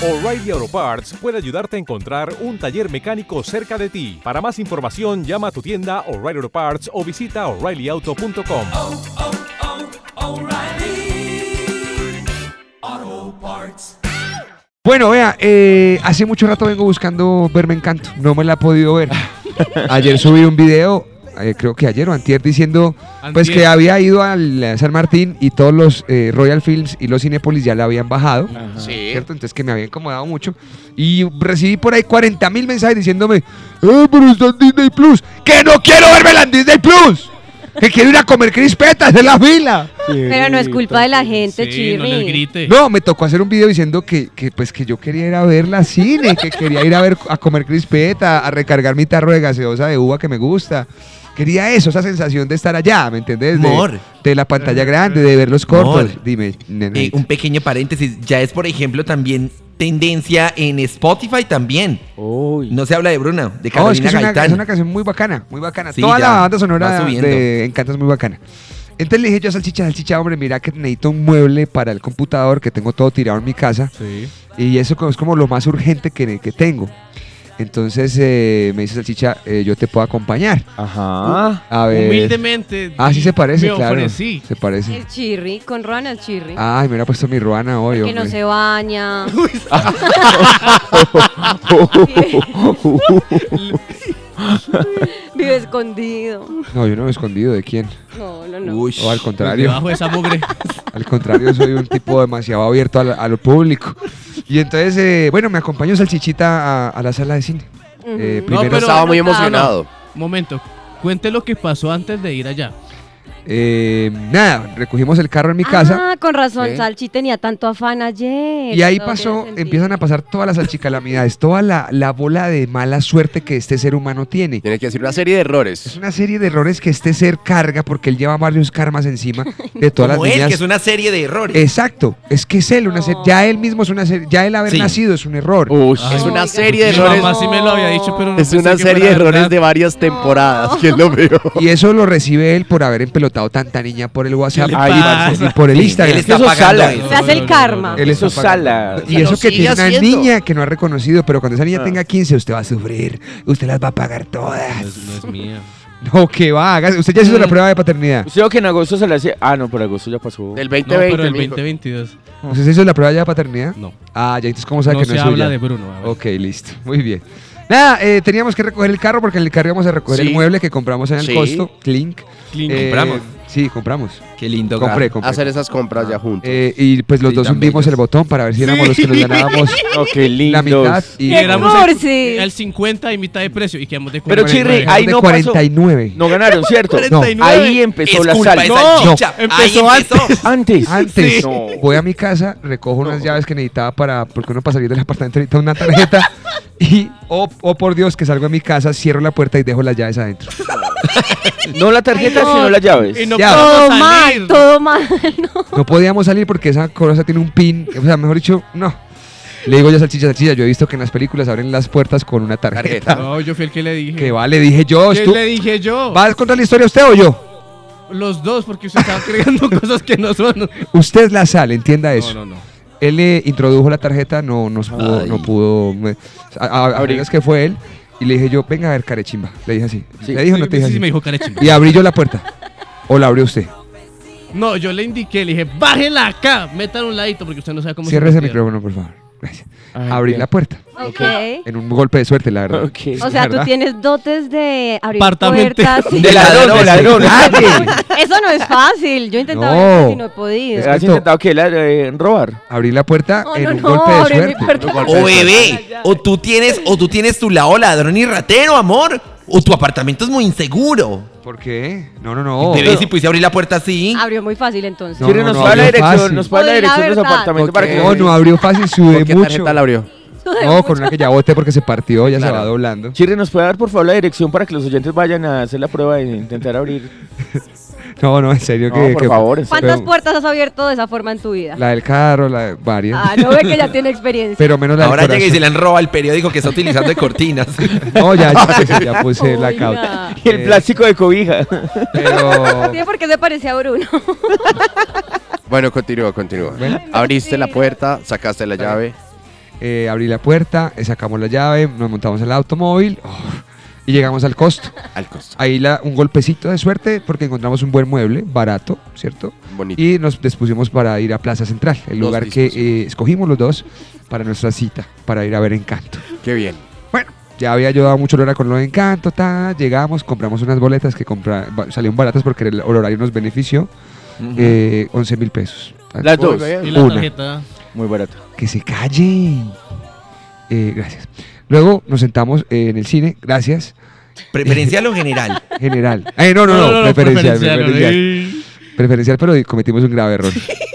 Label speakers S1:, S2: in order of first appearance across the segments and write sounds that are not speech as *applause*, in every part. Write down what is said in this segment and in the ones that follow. S1: O'Reilly Auto Parts puede ayudarte a encontrar un taller mecánico cerca de ti. Para más información, llama a tu tienda O'Reilly Auto Parts o visita oreillyauto.com.
S2: Bueno, vea, eh, hace mucho rato vengo buscando verme encanto. No me la he podido ver. Ayer subí un video, eh, creo que ayer o antier, diciendo pues que había ido al eh, San Martín y todos los eh, Royal Films y los Cinepolis ya la habían bajado.
S3: Sí.
S2: ¿Cierto? Entonces que me había incomodado mucho. Y recibí por ahí 40 mil mensajes diciéndome, ¡Eh, pero está en Disney Plus! ¡Que no quiero verme en Disney Plus! ¡Que quiero ir a comer crispetas en la fila!
S4: Pero no es culpa de la gente,
S5: Sí, no les
S4: Chirri.
S5: grite.
S2: No, me tocó hacer un video diciendo que, que, pues que yo quería ir a ver la cine, que quería ir a ver a comer crispeta, a recargar mi tarro de gaseosa de uva que me gusta. Quería eso, esa sensación de estar allá, ¿me entendés? De,
S3: Amor.
S2: de la pantalla grande, de ver los cortos.
S3: Amor.
S2: Dime, nena.
S3: Eh, un pequeño paréntesis, ya es por ejemplo también tendencia en Spotify también. No se habla de Bruna, de
S2: Oh, es
S3: Carolina
S2: que es una,
S3: Gaitán.
S2: es una canción muy bacana, muy bacana.
S3: Sí,
S2: Toda
S3: ya,
S2: la banda
S3: va
S2: sonora
S3: subiendo.
S2: de Encanto es muy bacana. Entonces le dije yo a Salchicha, Salchicha, hombre, mira que necesito un mueble para el computador que tengo todo tirado en mi casa.
S5: Sí.
S2: Y eso como- es como lo más urgente que, que tengo. Entonces eh, me dice Salchicha, eh, yo te puedo acompañar.
S6: Ah,
S7: Ajá.
S2: A ver.
S5: Humildemente.
S2: Ah, sí se parece,
S5: me
S2: claro.
S5: ofrecí.
S2: Se parece.
S4: El Chirri, con Ronald Chirri.
S2: Ay, me hubiera puesto mi ruana hoy,
S4: que no
S2: hombre.
S4: se baña. *laughs* Vive escondido.
S2: No, yo no me he escondido de quién.
S4: No, no, no.
S3: Uy,
S2: O al contrario.
S5: Debajo de
S8: *laughs*
S5: esa mugre.
S2: Al contrario, soy un tipo demasiado abierto al- a, lo público. Y entonces, eh, bueno, me acompañó Salchichita a, a la sala de cine.
S4: Ujú. Ah,
S2: eh,
S5: No,
S2: primero-
S5: pero-
S8: Estaba muy
S4: no, no.
S8: emocionado.
S5: Momento. Cuente lo que pasó antes de ir allá.
S2: Eh, nada, recogimos el carro en mi casa.
S4: Ah, con razón,
S2: Sí.
S4: Salchi tenía tanto afán ayer.
S2: Y ahí
S4: Todo
S2: pasó,
S4: tiene
S2: empiezan a
S4: sentido.
S2: pasar todas las salchicalamidades, toda la, la bola de mala suerte que este ser humano tiene.
S8: Tiene que decir una serie de
S2: Es
S8: errores.
S2: una serie de errores que este ser carga porque él lleva varios karmas
S4: *laughs*
S2: encima de todas las
S3: como él,
S2: niñas.
S3: que es una serie de errores.
S2: Eh, Exacto, es que es él, una ser-
S4: No.
S2: ya él mismo es una ser- ya él haber
S3: Sí.
S2: nacido es un error.
S8: Ush,
S5: Ay,
S8: es una
S4: oiga.
S8: serie de
S5: Mi
S8: errores.
S5: mamá sí me lo había dicho, pero no
S8: Es
S5: pensé
S8: una
S5: que
S8: serie de
S5: fuera
S8: errores
S5: verdad.
S8: de varias temporadas. ¿Quién lo
S2: *laughs*
S8: veo?
S2: Y eso lo recibe él por haber empelotado tanta niña por el WhatsApp
S5: le
S2: y,
S5: pasa?
S2: y por el
S3: Sí,
S2: Instagram.
S3: él está
S8: Eso
S3: pagando
S8: sala.
S5: No,
S4: Se hace
S5: no,
S4: el
S5: no, no,
S4: karma.
S2: Él está pagando. Y
S8: Pero
S2: eso que
S8: sigue
S2: tiene una
S8: haciendo.
S2: niña que no ha reconocido, pero cuando esa niña tenga 15, usted va a sufrir. Usted las va a pagar todas.
S5: No es,
S2: *laughs*
S5: no es mía.
S2: No, que va. haga- Usted ya hizo la prueba de paternidad.
S6: Usted dijo que en agosto se le hacía. Ah, no, pero agosto ya pasó.
S8: Del
S5: No, pero
S8: 2020,
S5: el
S8: mijo.
S5: 2022.
S2: ¿Usted se hizo la prueba ya de paternidad?
S5: No.
S2: Ah, ya, entonces, ¿cómo sabe
S5: No
S2: que no
S5: se
S2: es
S5: habla
S2: suya?
S5: de Bruno. a ver.
S2: Ok, listo. Muy bien. Nada, eh, teníamos que recoger el carro porque en el carro íbamos a recoger
S8: Sí.
S2: el mueble que compramos en el
S8: Sí.
S2: costo. Clink.
S5: Clink.
S2: Eh,
S3: Compramos.
S2: Sí, compramos.
S3: Qué lindo. hogar.
S2: Compré, compré.
S8: Hacer esas compras ya juntos.
S2: Eh, y pues los
S3: Sí,
S2: dos
S3: tan
S2: hundimos
S3: bellos.
S2: el botón para ver si éramos los que nos ganábamos
S6: No, qué
S2: la mitad.
S6: lindos.
S2: Y
S5: Y éramos
S4: amor,
S5: el-
S4: sí.
S5: el 50 y mitad de precio. Y quedamos de
S6: Pero,
S5: 49.
S6: Chirri, ahí
S2: de
S6: no pasó.
S2: 49.
S6: No ganaron, ¿cierto?
S5: 49.
S6: Ahí empezó
S3: Es
S6: la
S3: culpa
S6: sal.
S3: de
S6: No,
S3: Salchicha.
S6: empezó
S3: Ahí empezó.
S6: antes. Antes.
S2: Antes
S6: Sí. No.
S2: voy a mi casa, recojo unas llaves que necesitaba para, porque uno para salir del apartamento necesita una tarjeta. Y, oh, oh por Dios, que salgo a mi casa, cierro la puerta y dejo las llaves adentro.
S6: No la tarjeta,
S4: Ay, no.
S6: sino las llaves.
S5: Y no
S2: Ya.
S4: Todo
S5: podemos salir.
S4: mal, todo mal. No.
S2: No podíamos salir porque esa cosa tiene un pin. O sea, mejor dicho, no. Le digo yo a Salchicha, Salchicha, yo he visto que en las películas abren las puertas con una tarjeta.
S5: No, yo fui el que le dije.
S2: Que vale, dije yo.
S5: ¿Qué
S2: estu-
S5: le dije yo?
S2: ¿Va a contar la historia usted o yo?
S5: Los dos, porque usted estaba creando *laughs* cosas que no son.
S2: Usted la sale, entienda eso.
S5: No, no, no.
S2: Él le introdujo la tarjeta, no, nos pudo,
S3: Ay.
S2: no pudo. me- a- a- a- es que fue él. Y le dije yo, venga a ver, carechimba. Le dije así.
S6: Sí.
S2: ¿Le dijo o no
S5: Sí,
S2: te dije
S5: sí,
S2: así?
S5: me dijo Carechimba.
S2: Y abrí yo la puerta. O la abrió usted.
S5: No, yo le indiqué, le dije, bájela acá, métala a un ladito porque usted no sabe cómo
S2: Cierre ese
S5: metieron".
S2: micrófono, por favor. Gracias.
S6: Ay,
S2: abrí
S6: bien.
S2: la puerta.
S4: Ok.
S2: En un golpe de suerte, la verdad.
S6: Ok.
S4: O sea, tú
S2: ¿Verdad?
S4: tienes dotes de abrir
S2: *laughs*
S5: Apartamento.
S4: puertas. y-
S6: De ladrón, de ladrón.
S4: *laughs* Eso no es fácil. Yo he intentado
S2: No.
S4: eso y no he podido.
S6: ¿Has intentado que la eh, robar?
S2: Abrí la puerta
S4: No,
S2: en
S4: no,
S2: un
S4: no,
S2: golpe de
S4: abre mi
S2: suerte.
S4: puerta.
S2: Un golpe de
S3: O
S2: suerte.
S3: bebé, o tú tienes, o tú tienes tu lado ladrón y ratero, amor. O tu apartamento es muy inseguro.
S2: ¿Por qué? No, no, no.
S3: Te ves si pudiese abrir la puerta así.
S4: Abrió muy fácil entonces.
S2: No,
S6: Quieren
S2: no,
S6: nos
S2: no,
S6: paga la
S2: abrió
S6: dirección,
S2: fácil.
S6: nos paga la
S4: Oye, la
S6: dirección de los
S4: verdad.
S6: apartamentos para que
S2: No, no abrió fácil,
S8: ¿Por
S2: sudé
S8: qué
S2: mucho.
S8: tarjeta la abrió?
S2: No, con una que ya boté porque se partió, ya se va doblando.
S6: Chirri, ¿nos puede dar por favor la dirección para que los oyentes vayan a hacer la prueba e intentar abrir?
S2: No, no, en serio
S6: No,
S2: que.
S6: por
S2: que-
S6: favor, en
S4: ¿Cuántas
S2: pero-
S4: puertas has abierto de esa forma en tu vida?
S2: La del carro, la de varias.
S4: Ah, no ve que ya tiene experiencia.
S2: Pero menos la del
S3: Ahora llega y
S2: corazón.
S3: se le han robado el periódico que está utilizando
S2: *laughs*
S3: de cortinas.
S2: No, ya, ya, ya,
S4: *laughs*
S2: ya puse la
S4: Oiga.
S2: cauta.
S6: Y el
S2: Eh,
S6: plástico de cobija. *laughs*
S2: Pero.
S4: Tiene por qué se parecía a Bruno.
S8: Bueno, continúa, continúa.
S2: Bueno.
S8: Abriste la puerta, sacaste la llave.
S2: Eh, abrí la puerta, eh, sacamos la llave, nos montamos al automóvil oh, y llegamos al costo.
S8: Al costo.
S2: Ahí la, un golpecito de suerte porque encontramos un buen mueble, barato, ¿cierto?
S8: Bonito.
S2: Y nos dispusimos para ir a Plaza Central, el
S8: Nos
S2: lugar que
S8: dispusimos.
S2: eh, escogimos los dos para nuestra cita, para ir a ver Encanto.
S8: Qué bien.
S2: Ya había ayudado mucho Lora con lo de Encanto, ta, llegamos, compramos unas boletas que compra- ba- salieron baratas porque el horario nos benefició, eh, 11 mil pesos.
S6: Las dos.
S5: Y la
S2: Una.
S5: tarjeta.
S6: Muy barato.
S2: Que se calle. Eh, gracias. Luego nos sentamos eh, en el cine, gracias,
S3: Preferencia a lo general.
S2: general. Eh, no, no, no, preferencial, preferencial. Preferencial, pero cometimos un grave error.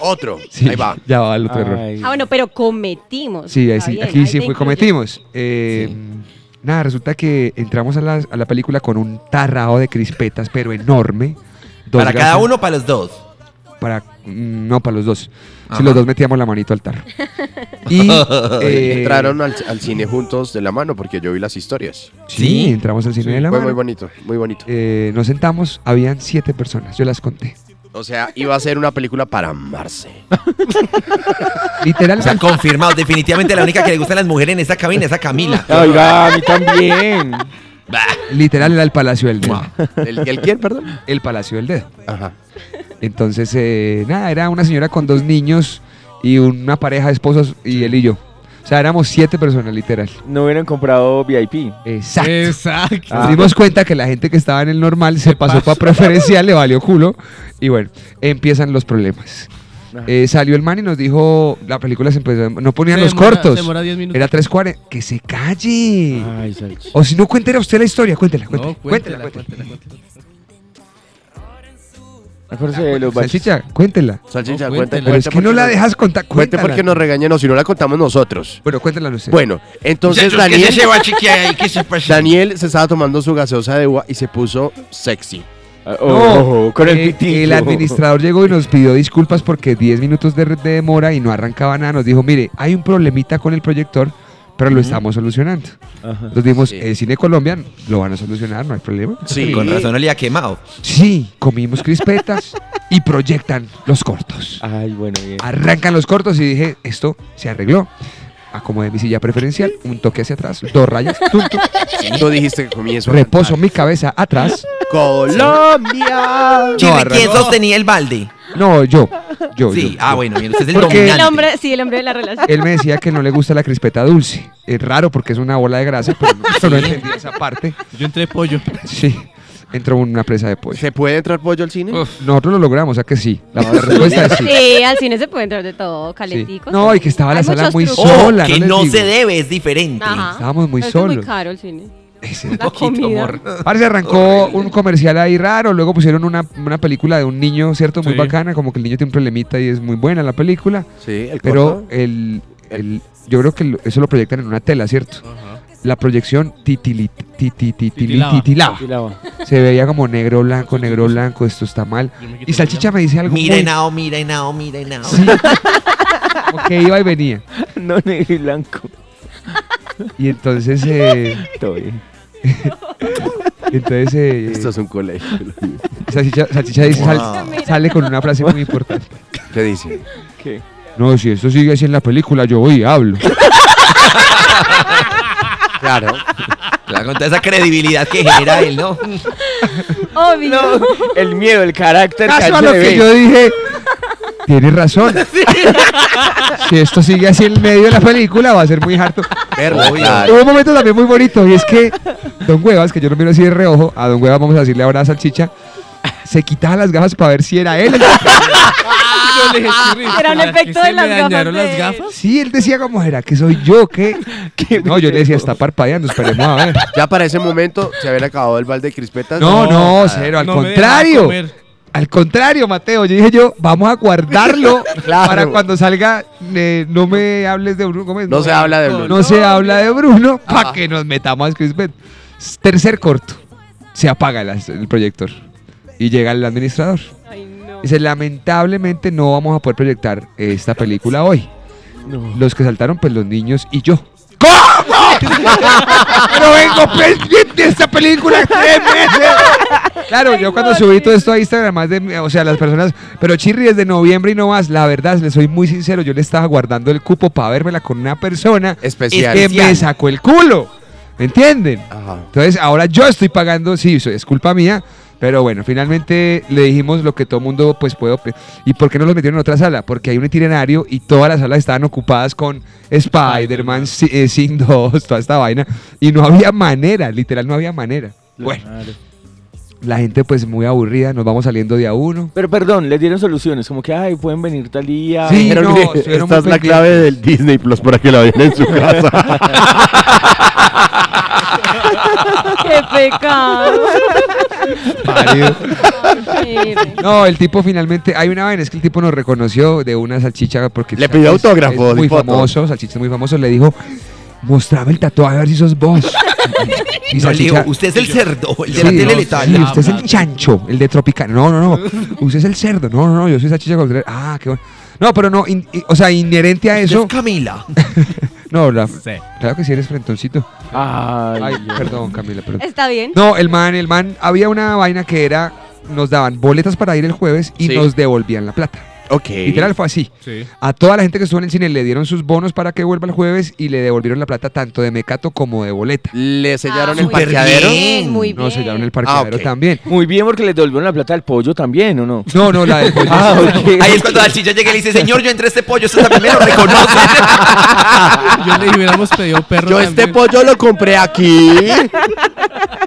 S8: Otro.
S2: Sí,
S8: Ahí va.
S2: Ya va el otro error.
S6: Ay.
S4: Ah, bueno, pero cometimos.
S2: Sí, ahí
S4: Está
S2: sí,
S4: bien,
S2: aquí
S4: ahí
S2: sí
S4: te
S2: fue
S4: incluyo.
S2: cometimos. Eh, Nada, resulta que entramos a la, a la película con un tarrado de crispetas, pero enorme. *laughs* Dos
S3: Para cada
S2: gasas-
S3: uno, para los dos.
S2: Para, mm, no, para los dos. Si
S3: Ajá.
S2: los dos metíamos la manito al tarro. Y eh,
S8: Entraron al, al cine juntos de la mano porque yo vi las historias.
S2: Sí, entramos al cine de la
S8: Fue
S2: mano.
S8: muy bonito, muy bonito.
S2: Eh, nos sentamos, habían siete personas, yo las conté.
S8: O sea, iba a ser una película para amarse.
S2: Literal,
S3: O sea, confirmado. Definitivamente la única que le gustan las mujeres en esta cabina es a Camila.
S6: Oiga, a mí también.
S2: literal era el Palacio del Dedo.
S8: ¿El, el quién, perdón?
S2: El Palacio del Dedo.
S8: Ajá.
S2: Entonces, eh, nada, era una señora con dos niños y una pareja de esposos y él y yo. O sea, éramos siete personas, literal.
S6: No hubieran comprado VIP.
S2: Exacto.
S5: Exacto.
S2: Nos dimos cuenta que la gente que estaba en el normal se pasó para preferencial, le valió culo. Y bueno, empiezan los problemas. Eh, salió el man y nos dijo, la película se empezó, no ponían
S5: Se
S2: los
S5: demora-
S2: cortos.
S5: se demora 10 minutos.
S2: Era 3.40. Que se calle.
S6: Ay,
S8: *laughs*
S6: salch.
S2: O si no, cuéntela usted la historia, cuéntela, cuéntela.
S5: No,
S2: cuéntela,
S5: cuéntela, cuéntela, cuéntela.
S6: Acuérdese de los baches.
S2: Salchicha, cuéntela.
S8: Salchicha, cuente,
S5: No, cuéntela.
S2: Pero es
S8: cuente
S2: que no
S8: porque
S2: la
S8: nos-
S2: dejas contar.
S8: Cuente
S2: Cuéntela.
S8: porque nos regañen o si no la contamos nosotros.
S2: Bueno, cuéntela usted.
S8: Bueno, entonces
S3: Muchachos, ¿qué
S8: Daniel,
S3: se lleva, chiqui, ahí? ¿Qué se pasa?
S8: Daniel se estaba tomando su gaseosa de uva y se puso sexy.
S6: Ah,
S2: No,
S6: ojo, con el
S2: eh,
S6: pitillo.
S2: el administrador llegó y nos pidió disculpas porque 10 minutos de, de demora y no arrancaba nada. Nos dijo, mire, hay un problemita con el proyector, pero lo estamos solucionando.
S6: Ajá.
S2: Nos dimos,
S8: Sí.
S2: el Cine Colombia lo van a solucionar, no hay problema.
S8: Sí.
S3: Con razón no le ha quemado.
S2: Sí, comimos crispetas
S6: *laughs*
S2: y proyectan los cortos.
S6: Ay, bueno, bien.
S2: Arrancan los cortos y dije, esto se arregló. Acomodé mi silla preferencial, un toque hacia atrás, dos rayas, tum,
S6: *laughs*
S2: tum,
S8: Tú dijiste que comienzo. a
S2: reposo mi cabeza atrás.
S8: cantar. Colombia.
S3: Chirri,
S2: arranca-
S3: ¿quién sostenía el balde?
S2: No, yo, yo,
S3: sí.
S2: yo.
S3: Ah, bueno, bien, usted es el
S2: Porque-
S3: dominante.
S4: El hombre, sí, el hombre de
S2: *laughs*
S4: la relación.
S2: Él me decía que no le gusta la crispeta dulce. Es raro porque es una bola de grasa, pero no, yo no entendí esa parte.
S5: *laughs* Yo entré pollo.
S2: Sí, entró una presa de pollo.
S8: ¿Se puede entrar pollo al
S2: Oh.
S8: cine?
S2: Nosotros lo logramos, o sea que sí. La respuesta es Pues, sí.
S4: Sí, al cine se puede entrar de todo, calentico.
S2: No, y que estaba la
S4: Hay
S2: sala
S4: muchos
S2: muy
S4: trucos.
S2: sola.
S3: Oh,
S2: Hola,
S3: que
S2: no les
S3: no,
S2: digo.
S3: se debe, es diferente.
S4: Ajá.
S2: Estábamos muy
S4: Pero es que es
S2: solos.
S4: muy caro
S2: *laughs*
S4: el cine.
S2: Ese-
S4: La comida.
S2: Parce, arrancó un comercial ahí raro, luego pusieron una, una película de un niño, ¿cierto? Muy
S5: Sí.
S2: bacana, como que el niño tiene un problemita y es muy buena la película,
S8: Sí, el
S2: pero el, el- yo creo que lo- eso lo proyectan en una tela, ¿cierto? La proyección titili- titi- titili-
S5: Titilaba.
S2: titilaba.
S6: Y la va.
S2: Se veía como negro, blanco, negro, blanco, esto está mal.
S5: Yo me quito
S2: Y Salchicha me dice algo *laughs* muy-
S3: Miren, ao, miren, ao,
S2: *laughs*
S3: miren, ao.
S2: como que iba y venía.
S6: *laughs* No, negro y blanco.
S2: Y entonces, eh,
S6: *laughs* Todo bien.
S2: *laughs* entonces eh,
S8: Esto es un colegio.
S2: *laughs* Salchicha, Salchicha dice, sal-
S3: Wow.
S2: sale con una frase muy importante.
S8: ¿Qué dice?
S6: ¿Qué?
S2: No, si esto sigue así en la película, yo voy y hablo.
S8: Claro.
S3: Claro, Con toda esa credibilidad que genera él, ¿no?
S4: Obvio.
S6: No, el miedo, el carácter.
S2: Caso a lo
S6: calle de
S2: que
S6: B.
S2: yo dije, tienes razón. *laughs* Si esto sigue así en medio de la película, va a ser muy harto.
S8: Verla,
S3: Obvio.
S8: claro.
S2: Hubo un momento también muy bonito, y es que Don Huevas, que yo lo miro así de reojo, a Don Huevas vamos a decirle ahora a Salchicha, se quitaba las gafas para ver si era él.
S5: Yo le dije, "Chirri,
S4: Era el
S5: ¿será que
S4: efecto
S5: se
S4: de las
S5: le
S4: gafas
S5: dañaron
S4: de
S5: las
S4: él.
S5: gafas?
S2: Sí, él decía como, ¿será que soy yo? ¿Qué? No, yo le decía, está parpadeando, esperemos a ver.
S8: Ya para ese momento se había acabado el balde de crispetas.
S2: No, no, cero, al
S5: No me dejaba
S2: contrario.
S5: comer.
S2: Al contrario, Mateo, yo dije yo, vamos a guardarlo
S8: *laughs* Claro.
S2: para cuando salga, eh, no me hables de Bruno Gómez.
S8: No se habla de Bruno.
S2: No se habla de Bruno para que nos metamos a Chris Bet. Tercer corto, se apaga el, as- el proyector y llega el administrador. Dice, lamentablemente no vamos a poder proyectar eh, esta película hoy. Los que saltaron, pues los niños y yo. *laughs* Pero vengo pendiente de esta película tres meses. Claro, yo cuando subí todo esto a Instagram, más de, o sea, las personas, pero Chirri, desde noviembre y no más, la verdad, les soy muy sincero, yo le estaba guardando el cupo para vérmela con una persona
S8: Especial.
S2: que me sacó el culo. ¿Me entienden?
S8: Ajá.
S2: Entonces, ahora yo estoy pagando, sí, eso es culpa mía, pero bueno, finalmente le dijimos lo que todo mundo pues puede... opi- ¿Y por qué no los metieron en otra sala? Porque hay un itinerario y todas las salas estaban ocupadas con Spider-Man, Si- eh, Sin 2, toda esta vaina, y no había manera, literal no había manera. Bueno, la gente pues muy aburrida, nos vamos saliendo día uno.
S6: Pero perdón, les dieron soluciones, como que, ay, pueden venir tal día.
S2: Sí,
S6: Pero-
S2: no,
S8: Mire,
S2: estuvieron
S8: esta
S2: muy
S8: es la clave del Disney Plus para que la vean *laughs* en su casa.
S4: *laughs* ¡Qué pecado!
S2: Parido.
S4: Chirri.
S2: No, el tipo finalmente, hay una vaina, es que el tipo nos reconoció de una salchicha porque
S8: Le pidió autógrafo,
S2: es muy
S8: y foto.
S2: famoso, salchicha es muy famoso, le dijo, mostrame el tatuaje a ver si sos
S3: *laughs*
S2: vos. *laughs* y
S3: No, Leo, usted es el cerdo, el de la
S2: Sí,
S3: tele
S2: no,
S3: letal. Ah,
S2: sí, usted es el chancho, el de Tropicana. No, no,
S3: *laughs*
S2: no. Usted es el cerdo. No, no, no. Yo soy salchicha con Ah, qué bueno. No, pero no, in- i- o sea, inherente a
S3: Usted
S2: eso.
S3: es Camila.
S2: No, la-
S5: Sí.
S2: claro que sí eres frentoncito.
S6: Ay,
S2: Ay, perdón, Camila, perdón.
S4: Está bien. Ah,
S2: No, el man, el man, había una vaina que era, nos daban boletas para ir el jueves y
S8: Sí.
S2: nos devolvían la plata.
S8: ok.
S2: Literal fue así.
S5: Sí.
S2: A toda la gente que estuvo en el cine le dieron sus bonos para que vuelva el jueves y le devolvieron la plata tanto de mecato como de boleta.
S8: Le sellaron
S4: Ah,
S8: el
S4: muy bien,
S8: parqueadero.
S4: muy bien.
S2: No, sellaron el parqueadero
S8: Ah, ok.
S2: también.
S6: Muy bien, porque les devolvieron la plata al pollo también, ¿o no?
S2: No, no, la del pollo.
S8: *laughs*
S6: Ah, *laughs* ok.
S3: Ahí es cuando la chicha llega y
S2: *laughs*
S3: le dice, señor, yo entré a este pollo, usted también me lo reconoce.
S5: *laughs* Yo le hubiéramos pedido perro.
S8: Yo este
S5: también.
S8: pollo lo compré *laughs* aquí.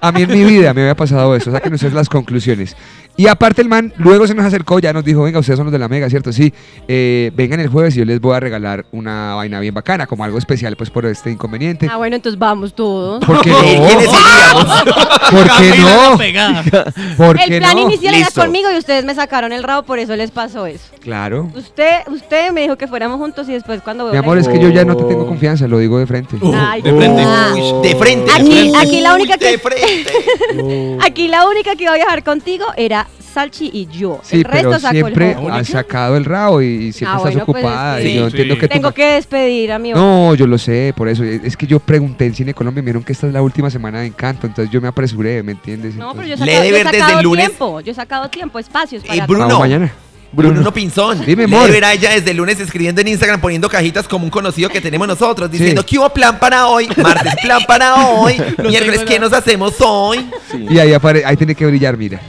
S2: A mí en mi vida me había pasado eso, saquen ustedes las conclusiones. Y aparte el man luego se nos acercó, ya nos dijo, venga, ustedes son los de la Mega, ¿cierto? Sí, eh, vengan el jueves y yo les voy a regalar una vaina bien bacana, como algo especial pues por este inconveniente.
S4: Ah, bueno, entonces vamos todos.
S2: ¿Por qué
S3: Eh, ¿Quiénes
S2: no?
S3: seríamos?
S2: *laughs* ¿Por qué
S5: Camila la
S2: no?
S5: pegada.
S2: *laughs* ¿Por
S4: El
S2: qué
S4: plan
S2: no?
S4: inicial era
S3: Listo.
S4: conmigo y ustedes me sacaron el rabo, por eso les pasó eso.
S2: Claro.
S4: Usted, usted me dijo que fuéramos juntos y después cuando veo
S2: Mi
S4: la-
S2: amor, es que yo ya no te tengo confianza, lo digo *laughs* de frente.
S5: Uh,
S4: Ay,
S5: De frente.
S4: ah.
S3: Uy, de frente.
S4: Aquí-
S3: Uy,
S4: aquí la única que-
S3: De frente.
S4: Aquí la única que iba a viajar contigo era Salchi y yo.
S2: Sí,
S4: el resto
S2: pero
S4: sacó
S2: siempre
S4: el rabo.
S2: has sacado el rabo y, y siempre
S4: Ah,
S2: estás
S4: bueno, pues,
S2: ocupada.
S4: sí.
S2: y yo
S5: Sí.
S2: entiendo que tú
S4: Tengo que despedir a mi
S2: No, yo lo sé, por eso. Es que yo pregunté en Cine Colombia, me dijeron que esta es la última semana de Encanto, entonces yo me apresuré, ¿me entiendes?
S4: No, pero yo he
S2: Entonces,
S3: Le he de
S4: sacado, yo he
S3: ver desde
S4: sacado
S3: el lunes.
S4: tiempo, yo he sacado tiempo, espacios para
S3: Eh,
S4: todo.
S3: Bruno,
S2: Vamos mañana.
S3: *laughs* Bruno no Pinzón.
S2: Dime,
S3: Le
S2: amor.
S3: verá ella desde el lunes escribiendo en Instagram, poniendo cajitas como un conocido que tenemos nosotros, diciendo,
S2: Sí.
S3: ¿qué hubo plan para hoy? Martes, plan para
S2: *laughs*
S3: hoy. Miércoles,
S5: tengo
S3: ¿qué nos hacemos hoy?
S2: Y ahí, apare- ahí tiene que brillar, mira.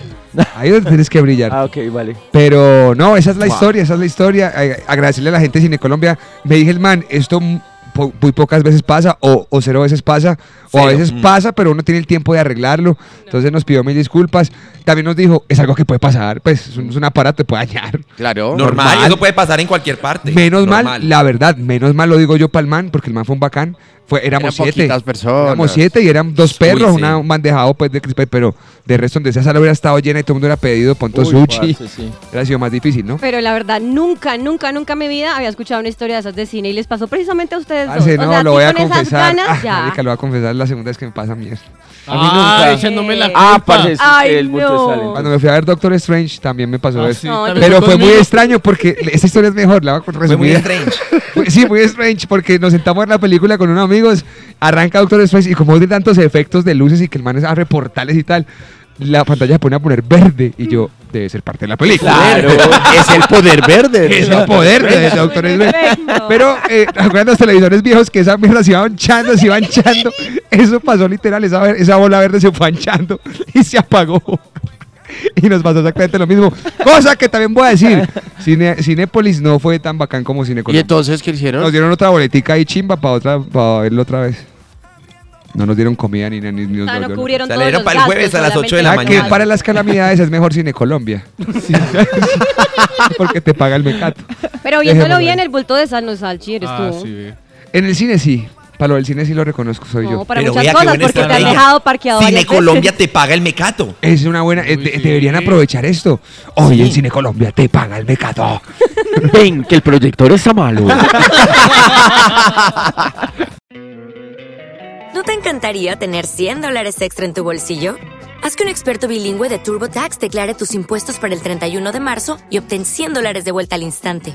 S2: Ahí es donde tienes que
S6: *laughs*
S2: brillar.
S6: Ah, ok, vale.
S2: Pero no, esa es la historia, esa es la historia. Ay, Agradecerle a la gente de Cine Colombia. Me dije el man, esto m- po- muy pocas veces pasa, o, o cero veces pasa, o a
S3: Cero,
S2: veces
S3: mm.
S2: pasa, pero uno tiene el tiempo de arreglarlo. Entonces nos pidió mil disculpas. También nos dijo, es algo que puede pasar, pues es un, es un aparato, te puede dañar.
S8: Claro.
S3: Normal, eso puede pasar en cualquier parte.
S2: Menos
S3: Normal.
S2: mal, la verdad, menos mal lo digo yo para el man, porque el man fue un bacán. Fue, éramos
S8: Eran
S2: siete.
S8: poquitas personas.
S2: Éramos siete y eran dos perros,
S3: sí.
S2: una, un bandejado pues, de crispy, pero de resto, donde esa sala hubiera estado llena y todo el mundo hubiera pedido ponto
S6: Uy,
S2: sushi.
S6: parce, sí.
S2: Hubiera sido más difícil, ¿no?
S4: Pero la verdad, nunca, nunca, nunca en mi vida había escuchado una historia de esas de cine y les pasó precisamente a ustedes dos.
S2: Parce,
S4: o
S2: no,
S4: sea,
S2: lo
S4: tú
S2: voy a
S4: con esas
S2: confesar.
S4: ganas,
S2: Ah,
S4: ya.
S2: *laughs* marica, lo voy a confesar la segunda vez que me pasa mierda.
S6: A mí nunca.
S5: Ah, echándome la
S6: Ah,
S5: culpa.
S6: parce, sí,
S4: Ay,
S6: el bulto de
S4: no.
S6: sal, entonces.
S2: Cuando me fui a ver Doctor Strange también me pasó
S5: Ah,
S2: eso.
S5: sí,
S4: No,
S5: también
S2: Pero fue muy
S5: conmigo.
S2: extraño porque esta historia es mejor, la voy a
S3: Fue
S2: resumir.
S3: muy strange.
S2: Fue- *laughs* Sí, muy strange, porque nos sentamos a ver la película con unos amigos, arranca Doctor Strange y como tiene tantos efectos de luces y que el man abre portales y tal, la pantalla se pone a poner verde y yo, debe ser parte de la película.
S8: Es el poder verde.
S2: Es el poder de Doctor Strange.
S4: Perfecto.
S2: Pero, eh, ¿recuerdan los televisores viejos que esa mierda se iba anchando, se iba anchando? Eso pasó literal, esa, ver- esa bola verde se fue anchando y se apagó. Y nos pasó exactamente lo mismo. Cosa que también voy a decir, Cine- Cinépolis no fue tan bacán como
S8: ¿Y
S2: Cinecolón.
S8: entonces qué hicieron?
S2: Nos dieron otra boletica y chimba para otra, para verlo otra vez. No nos dieron comida ni nada, ni, ni
S4: O
S2: nos
S4: sea, no
S2: dieron-
S4: Ah, cubrieron
S3: Se la
S4: todos
S3: dieron
S4: los
S3: para el
S4: gastos,
S3: jueves a las ocho de
S4: solamente
S3: la
S2: Ah,
S4: los
S2: que
S3: mañana.
S4: gastos.
S2: para las calamidades es mejor Cine Colombia. *laughs* Porque te paga el mecato.
S4: Pero viéndolo
S2: Dejémoslo
S4: bien,
S2: ahí.
S4: el bulto de sal no es salchi, eres
S5: Ah,
S4: tú.
S5: sí.
S2: En el cine sí, Para lo del cine sí lo reconozco, soy yo.
S3: No, para muchas cosas, porque te han dejado parqueado
S9: Cine
S3: varias veces.
S9: Colombia te paga el mecato.
S2: Es una buena. eh, de- Deberían aprovechar esto. Hoy en Cine Colombia te paga el mecato.
S10: Ven, que el proyector está malo.
S4: ¿No te encantaría tener 100 dólares extra en tu bolsillo? Haz que un experto bilingüe de TurboTax declare tus impuestos para el 31 de marzo y obtén 100 dólares de vuelta al instante.